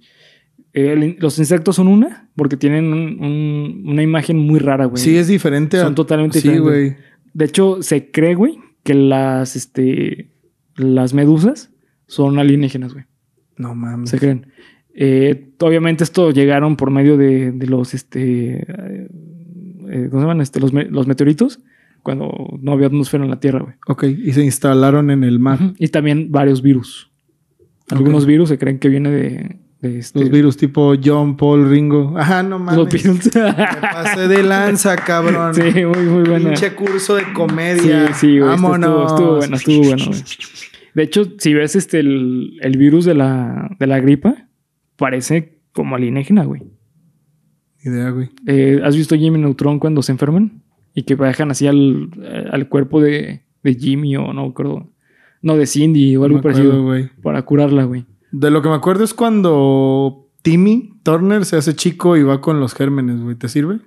Eh, El in- los insectos son una porque tienen un- un- una imagen muy rara, güey. Sí, es diferente. a- Son totalmente Sí, diferentes. güey. De hecho, se cree, güey, que las, este, las medusas son alienígenas, güey. No mames. Se creen. Eh, obviamente esto llegaron por medio de, de los, este, eh, ¿cómo se llaman? Este, los, me- los meteoritos cuando no había atmósfera en la Tierra, güey. Ok, y se instalaron en el mar. Ujú. Y también varios virus. Algunos Ok. virus se creen que viene de, de este- Los virus tipo John, Paul, Ringo. Ajá, no mames. Los virus. Me pasé de lanza, cabrón. sí, muy, muy buena. Pinche curso de Sí, comedia. sí, güey. este Estuvo, Vámonos. estuvo bueno, estuvo bueno. güey. De hecho, si ves este el, el virus de la, de la gripa, parece como alienígena, güey. Idea, güey. Eh, ¿Has visto Jimmy Neutron cuando se enferman? Y que bajan así al, al cuerpo de, de Jimmy o no, creo. No, de Cindy o algo Me acuerdo, parecido. güey. Para curarla, güey. De lo que me acuerdo es cuando Timmy Turner se hace chico y va con los gérmenes, güey. ¿Te sirve?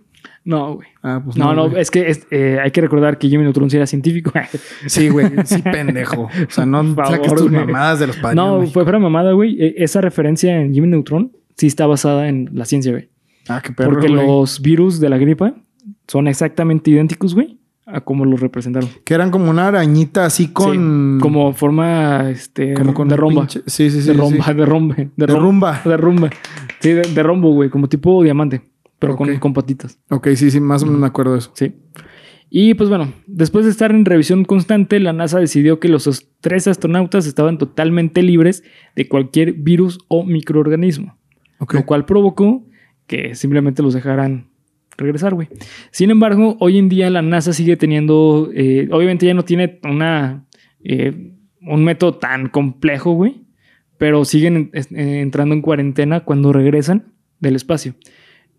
No, güey. Ah, pues No, no. no, güey. es que es- eh, hay que recordar que Jimmy Neutron sí era científico. Sí, güey. Sí, pendejo. O sea, no Por favor, saques tus güey. mamadas de los padres. no, fue fuera mamada, güey. E- Esa referencia en Jimmy Neutron sí está basada en la ciencia, güey. Ah, qué perro, Porque güey. los virus de la gripa son exactamente idénticos, güey, a como los representaron. Que eran como una arañita así con... Sí, como forma, este, como con de un romba. pinche- Sí, sí, sí. de sí. romba, de rombe. De, De romba. rumba. De rumba. Sí, de, de rombo, güey, como tipo diamante, pero con, Ok. con patitas. Ok, sí, sí, más o menos me acuerdo de eso. Sí. Y pues bueno, después de estar en revisión constante, la NASA decidió que los tres astronautas estaban totalmente libres de cualquier virus o microorganismo, Ok. lo cual provocó que simplemente los dejaran regresar, güey. Sin embargo, hoy en día la NASA sigue teniendo, eh, obviamente ya no tiene una, eh, un método tan complejo, güey, pero siguen en- es- eh, entrando en cuarentena cuando regresan del espacio.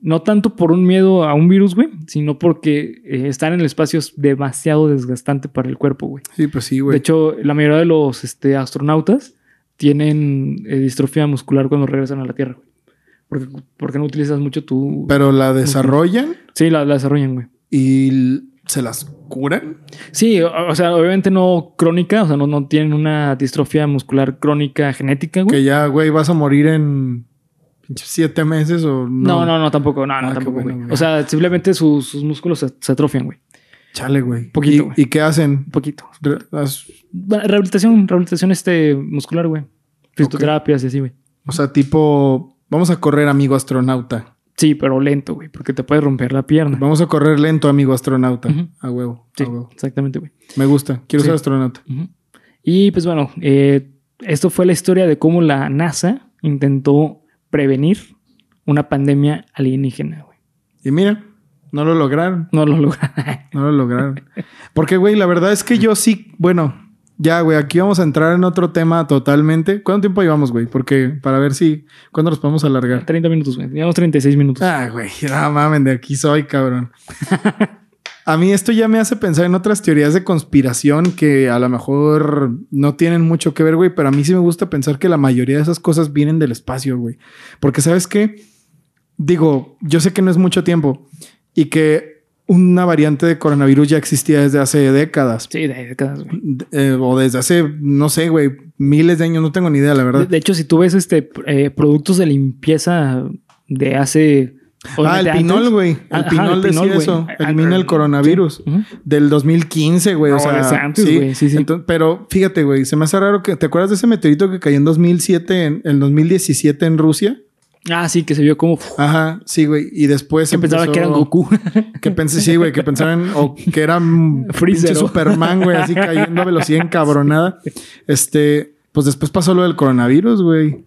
No tanto por un miedo a un virus, güey, sino porque eh, estar en el espacio es demasiado desgastante para el cuerpo, güey. Sí, pues sí, De güey. hecho, la mayoría de los este, astronautas tienen eh, distrofia muscular cuando regresan a la Tierra, güey. Porque, porque no utilizas mucho tu... Pero la desarrollan Sí, la, la desarrollan, güey. y l- se las curan. Sí, o, o sea, obviamente no crónica, o sea, no, no tienen una distrofia muscular crónica genética, güey. Que ya, güey, vas a morir en pinche siete meses o no. No, no, no, tampoco, no, no, Ah, qué tampoco, bueno, güey. güey. O sea, simplemente sus, sus músculos se, se atrofian, güey. Chale, güey. Poquito, ¿Y- güey. ¿Y, qué hacen? Un poquito. Re- las- Bueno, Rehabilitación, rehabilitación este muscular, güey. Fisioterapias y así, güey. o sea, tipo, vamos a correr, amigo astronauta. Sí, pero lento, güey, porque te puedes romper la pierna. Vamos a correr lento, amigo astronauta. Ujú. A huevo, Sí, a huevo. exactamente, güey. Me gusta. Quiero Sí. ser astronauta. Ujú. Y pues bueno, eh, esto fue la historia de cómo la NASA intentó prevenir una pandemia alienígena, güey. Y mira, no lo lograron. No lo lograron. No lo lograron. Porque, güey, la verdad es que yo sí, bueno, ya, güey, aquí vamos a entrar en otro tema totalmente. ¿Cuánto tiempo llevamos, güey? Porque para ver si, ¿cuándo nos podemos alargar? 30 minutos, güey. Teníamos 36 minutos. Ah, güey, no mamen, de aquí soy, cabrón. A mí esto ya me hace pensar en otras teorías de conspiración que a lo mejor no tienen mucho que ver, güey, pero a mí sí me gusta pensar que la mayoría de esas cosas vienen del espacio, güey. Porque sabes qué, digo, yo sé que no es mucho tiempo y que una variante de coronavirus ya existía desde hace décadas Sí, de décadas, güey. D- eh, o desde hace, no sé, güey, miles de años, no tengo ni idea, la De, verdad. de hecho, si tú ves este eh, productos de limpieza de hace. ah, el obviamente pinol, antes. güey. El Ajá, el pinol decía pinol, güey. eso. Ah, Elimina el ah, coronavirus. Ujú. Del 2015, güey. No, o sea, desde antes, sí. güey, sí, sí. Entonces, pero fíjate, güey, se me hace raro que. ¿Te acuerdas de ese meteorito que cayó en 2007, en el 2017 en Rusia? Ah, sí, que se vio como. uf, Ajá, sí, güey. Y después. que pensaba empezó- que eran Goku. Que pensé, sí, güey, que pensaban o que era mm, Freezer, pinche o- Superman, güey, así cayendo a velocidad encabronada. Este, pues después pasó lo del coronavirus, güey.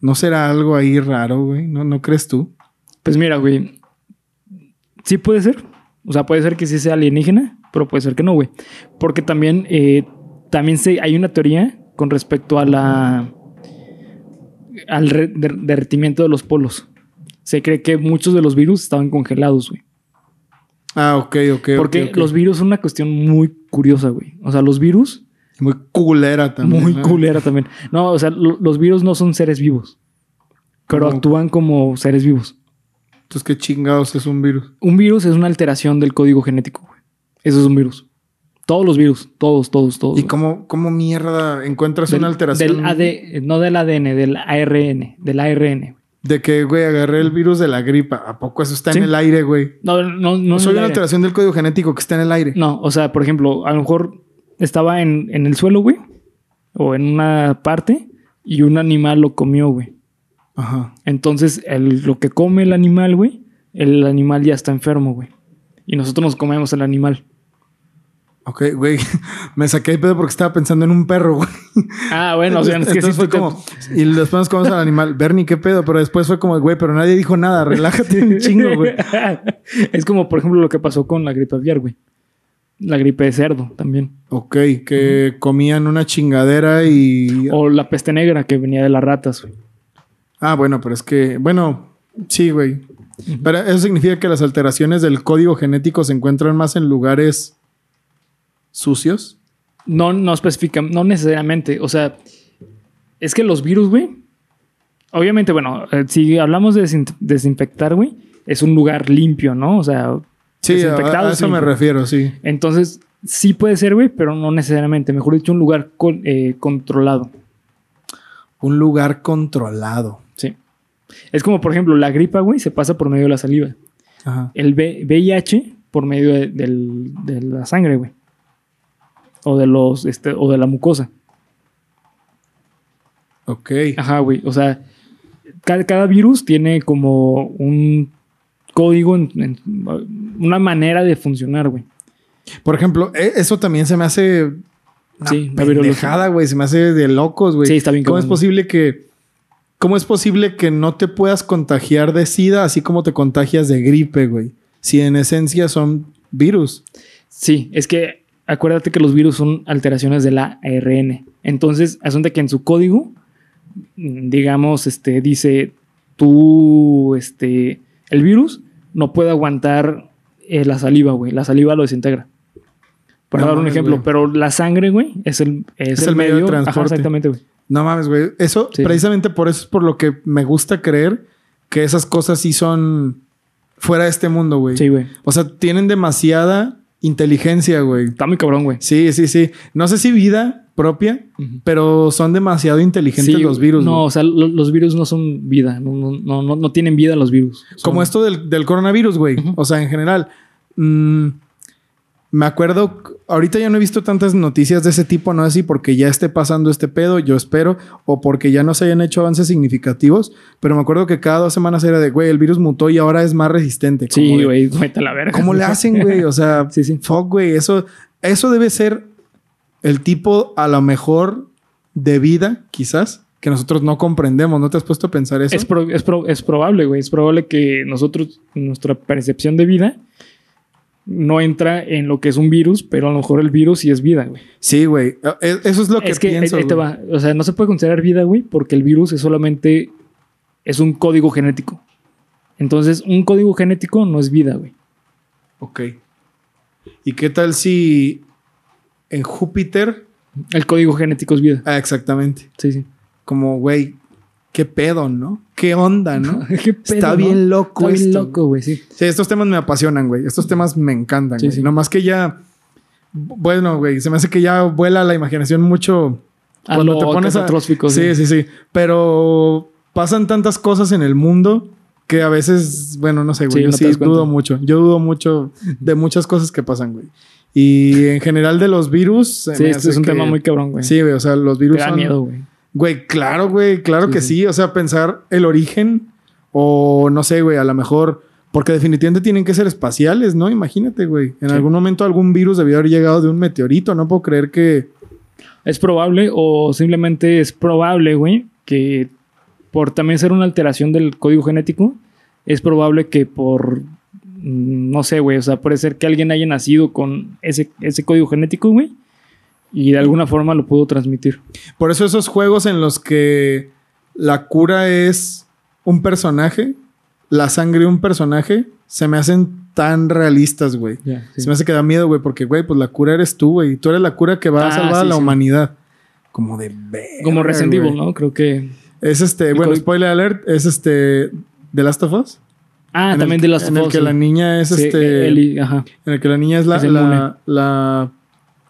No será algo ahí raro, güey. ¿No, ¿No crees tú? pues mira, güey. Sí puede ser. O sea, puede ser que sí sea alienígena, pero puede ser que no, güey. Porque también, eh, también se, hay una teoría con respecto a la. al re- der- derretimiento de los polos. Se cree que muchos de los virus estaban congelados, güey. Ah, ok, ok. Porque ok, ok. los virus son una cuestión muy curiosa, güey. O sea, los virus, Muy culera también. muy ¿no? culera también. No, o sea, lo- los virus no son seres vivos, pero ¿Cómo? actúan como seres vivos. Entonces, qué chingados es un virus. Un virus es una alteración del código genético, güey. Eso es un virus. Todos los virus, todos, todos, todos. ¿Y güey. cómo, cómo mierda encuentras Del- una alteración? Del AD, no del ADN, del ARN, del ARN. güey. De que, güey, agarré el virus de la gripa. ¿A poco eso está Mm. Sí. en el aire, güey? No, no, no. Soy del una ARN. alteración del código genético que está en el aire. No, o sea, por ejemplo, a lo mejor estaba en, en el suelo, güey, o en una parte, y un animal lo comió, güey. Ajá. Entonces, el- lo que come el animal, güey, el animal ya está enfermo, güey. Y nosotros nos comemos el animal. Ok, güey. Me saqué de pedo porque estaba pensando en un perro, güey. Ah, bueno, o sea, es que sí Entonces fue tú te- como... Y después nos comemos al animal. Bernie, ¿qué pedo? Pero después fue como, güey, pero nadie dijo nada. Relájate un chingo, güey. es como, por ejemplo, lo que pasó con la gripe aviar, güey. La gripe de cerdo también. Ok, que comían una chingadera y... O la peste negra que venía de las ratas, güey. Ah, bueno, pero es que... Bueno, sí, güey. Pero eso significa que las alteraciones del código genético se encuentran más en lugares sucios. No, no especifica, no necesariamente. O sea, es que los virus, güey. Obviamente, bueno, eh, si hablamos de desin- desinfectar, güey, es un lugar limpio, ¿no? O sea, Sí, a, Desinfectados, a eso sí. me refiero, sí. Entonces, sí puede ser, güey, pero no necesariamente. Mejor dicho, un lugar con- eh, controlado. Un lugar controlado. Sí. Es como, por ejemplo, la gripa, güey, se pasa por medio de la saliva. Ajá. El V- VIH por medio de, del- de la sangre, güey. O de los, este, o de la mucosa. Ok. Ajá, güey. O sea, cada, cada virus tiene como un código, en- en- una manera de funcionar, güey. Por ejemplo, e- eso también se me hace una Sí, la virología. pendejada, güey. Se me hace de locos, güey. Sí, está bien ¿Cómo es cabrón. posible que... ¿Cómo es posible que no te puedas contagiar de SIDA así como te contagias de gripe, güey? Si en esencia son virus. Sí, es que acuérdate que los virus son alteraciones de la ARN. Entonces, asunta que en su código, mm, digamos, este, dice, tú, este, el virus no puede aguantar eh, la saliva, güey. La saliva lo desintegra. Por No dar un mames, ejemplo, güey. pero la sangre, güey, es el, es el, medio, de transporte. exactamente, güey. No mames, güey. Eso, Sí. precisamente por eso es por lo que me gusta creer que esas cosas sí son fuera de este mundo, güey. Sí, güey. O sea, tienen demasiada inteligencia, güey. Está muy cabrón, güey. Sí, sí, sí. No sé si vida propia, Ujú. pero son demasiado inteligentes Sí, los virus. No, güey. o sea, lo- los virus no son vida. No, no, no, no- no tienen vida los virus. Son- Como esto del, del coronavirus, güey. Ujú. O sea, en general. Mm, me acuerdo, ahorita ya no he visto tantas noticias de ese tipo, no sé si porque ya esté pasando este pedo, yo espero, o porque ya no se hayan hecho avances significativos, pero me acuerdo que cada dos semanas era de, güey, el virus mutó y ahora es más resistente. Como Sí, de, güey. Vete a la verga. ¿Cómo le hacen, güey? O sea, Sí, sí. fuck, güey. Eso, eso debe ser el tipo, a lo mejor, de vida, quizás, que nosotros no comprendemos. ¿No te has puesto a pensar eso? Es, pro- es, pro- es probable, güey. Es probable que nosotros, nuestra percepción de vida no entra en lo que es un virus, pero a lo mejor el virus sí es vida, güey. Sí, güey. E- Eso es lo que Es que pienso. ahí te güey. va. O sea, no se puede considerar vida, güey, porque el virus es solamente es un código genético. Entonces, un código genético no es vida, güey. Ok. ¿Y qué tal si en Júpiter? El código genético es vida. Ah, exactamente. Sí, sí. Como, güey, qué pedo, ¿no? ¿Qué onda, no? Qué pedo, Está ¿no? bien loco Está bien esto. loco, güey, sí. Sí, estos temas me apasionan, güey. Estos temas me encantan, Sí, güey. sí. Nomás que ya. Bueno, güey, se me hace que ya vuela la imaginación mucho. A Cuando lo te pones a- Ah, catastrófico, Sí, sí, sí. Pero pasan tantas cosas en el mundo que a veces, bueno, no sé, güey. Sí, yo no te sí das cuenta. dudo mucho. Yo dudo mucho de muchas cosas que pasan, güey. Y en general de los virus. se Sí, me este hace es un que- tema muy cabrón, güey. Sí, güey. O sea, los Te virus. da son- miedo, güey. Güey, claro, güey, claro Sí, que sí. sí. O sea, pensar el origen o no sé, güey, a lo mejor. Porque definitivamente tienen que ser espaciales, ¿no? Imagínate, güey. En Sí. algún momento algún virus debió haber llegado de un meteorito. No puedo creer que. Es probable o simplemente es probable, güey, que por también ser una alteración del código genético, es probable que por, mm, no sé, güey, o sea, puede ser que alguien haya nacido con ese, ese código genético, güey, y de alguna forma lo pudo transmitir. Por eso esos juegos en los que la cura es un personaje, la sangre un personaje, se me hacen tan realistas, güey. Se me hace que da miedo, güey, porque, güey, pues la cura eres tú, güey. y Tú eres la cura que va a Ah, salvar a sí, la sí. humanidad. Como de verga, Como Resident güey. Evil, ¿no? Creo que... Es este, El bueno, código- spoiler alert, es este The Last of Us. Ah, En el también que- de las En el que la niña es este. Eli, ajá. En el que la niña es la. es inmune. la, la-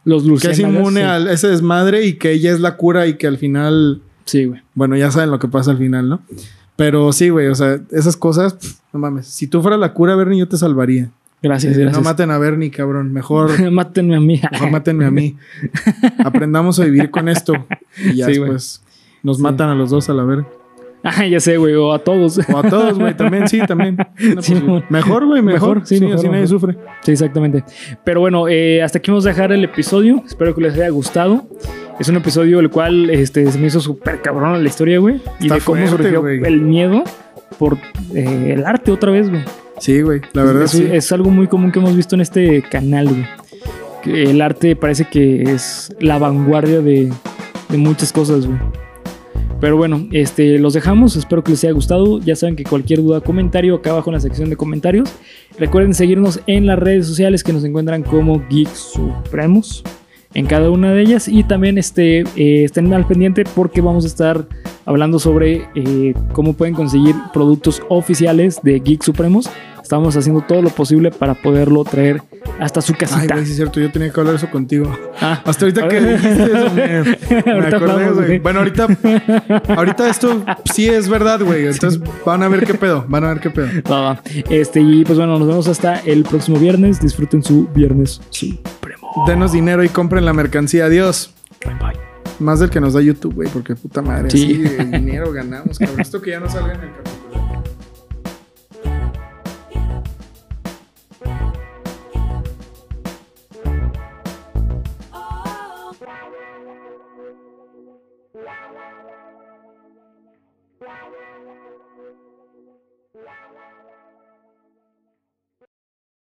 Los que luciérnagas. es inmune sí. al ese desmadre y que ella es la cura y que al final. Sí, güey. Bueno, ya saben lo que pasa al final, ¿no? Pero sí, güey, o sea, esas cosas, pff, no mames. Si tú fueras la cura, Bernie, yo te salvaría. Gracias, Eh, No gracias. maten a Bernie, cabrón. Mejor, Mátenme a mí. mejor mátenme a mí. Aprendamos a vivir con esto. Y ya Sí, güey. después nos Sí. matan a los dos a la verga. Ah, ya sé, güey, o a todos. O a todos, güey, también, sí, también. No, Sí, pues, güey. mejor, güey, mejor. Mejor, sí, Sí, mejor, así nadie mejor. sufre. Sí, exactamente. Pero bueno, eh, hasta aquí vamos a dejar el episodio. Espero que les haya gustado. Es un episodio el cual este, se me hizo súper cabrón la historia, güey. Y Está de cómo fuerte, surgió güey. el miedo por eh, el arte otra vez, güey. Sí, güey, la verdad es, sí. es algo muy común que hemos visto en este canal, güey. Que El arte parece que es la vanguardia de, de muchas cosas, güey. Pero bueno, este, los dejamos. Espero que les haya gustado. Ya saben que cualquier duda, comentario, acá abajo en la sección de comentarios. Recuerden seguirnos en las redes sociales que nos encuentran como Geeks Supremos en cada una de ellas. Y también este, eh, estén al pendiente porque vamos a estar hablando sobre eh, cómo pueden conseguir productos oficiales de Geeks Supremos. Estamos haciendo todo lo posible para poderlo traer hasta su Ay, casita. güey, sí es cierto, yo tenía que hablar eso contigo. Ah, Hasta ahorita que Ahora- dijiste eso, me, me Ahorita acordé, hablamos, güey. güey. Bueno, ahorita, ahorita esto sí es verdad, güey. Entonces van a ver qué pedo, van a ver qué pedo. va, va. Este, y pues bueno, nos vemos hasta el próximo viernes. Disfruten su viernes supremo. Denos dinero y compren la mercancía. Adiós. Bye bye. Más del que nos da YouTube, güey, porque puta madre. Sí. Sí, dinero ganamos, cabrón. Esto que ya no salga en el capítulo.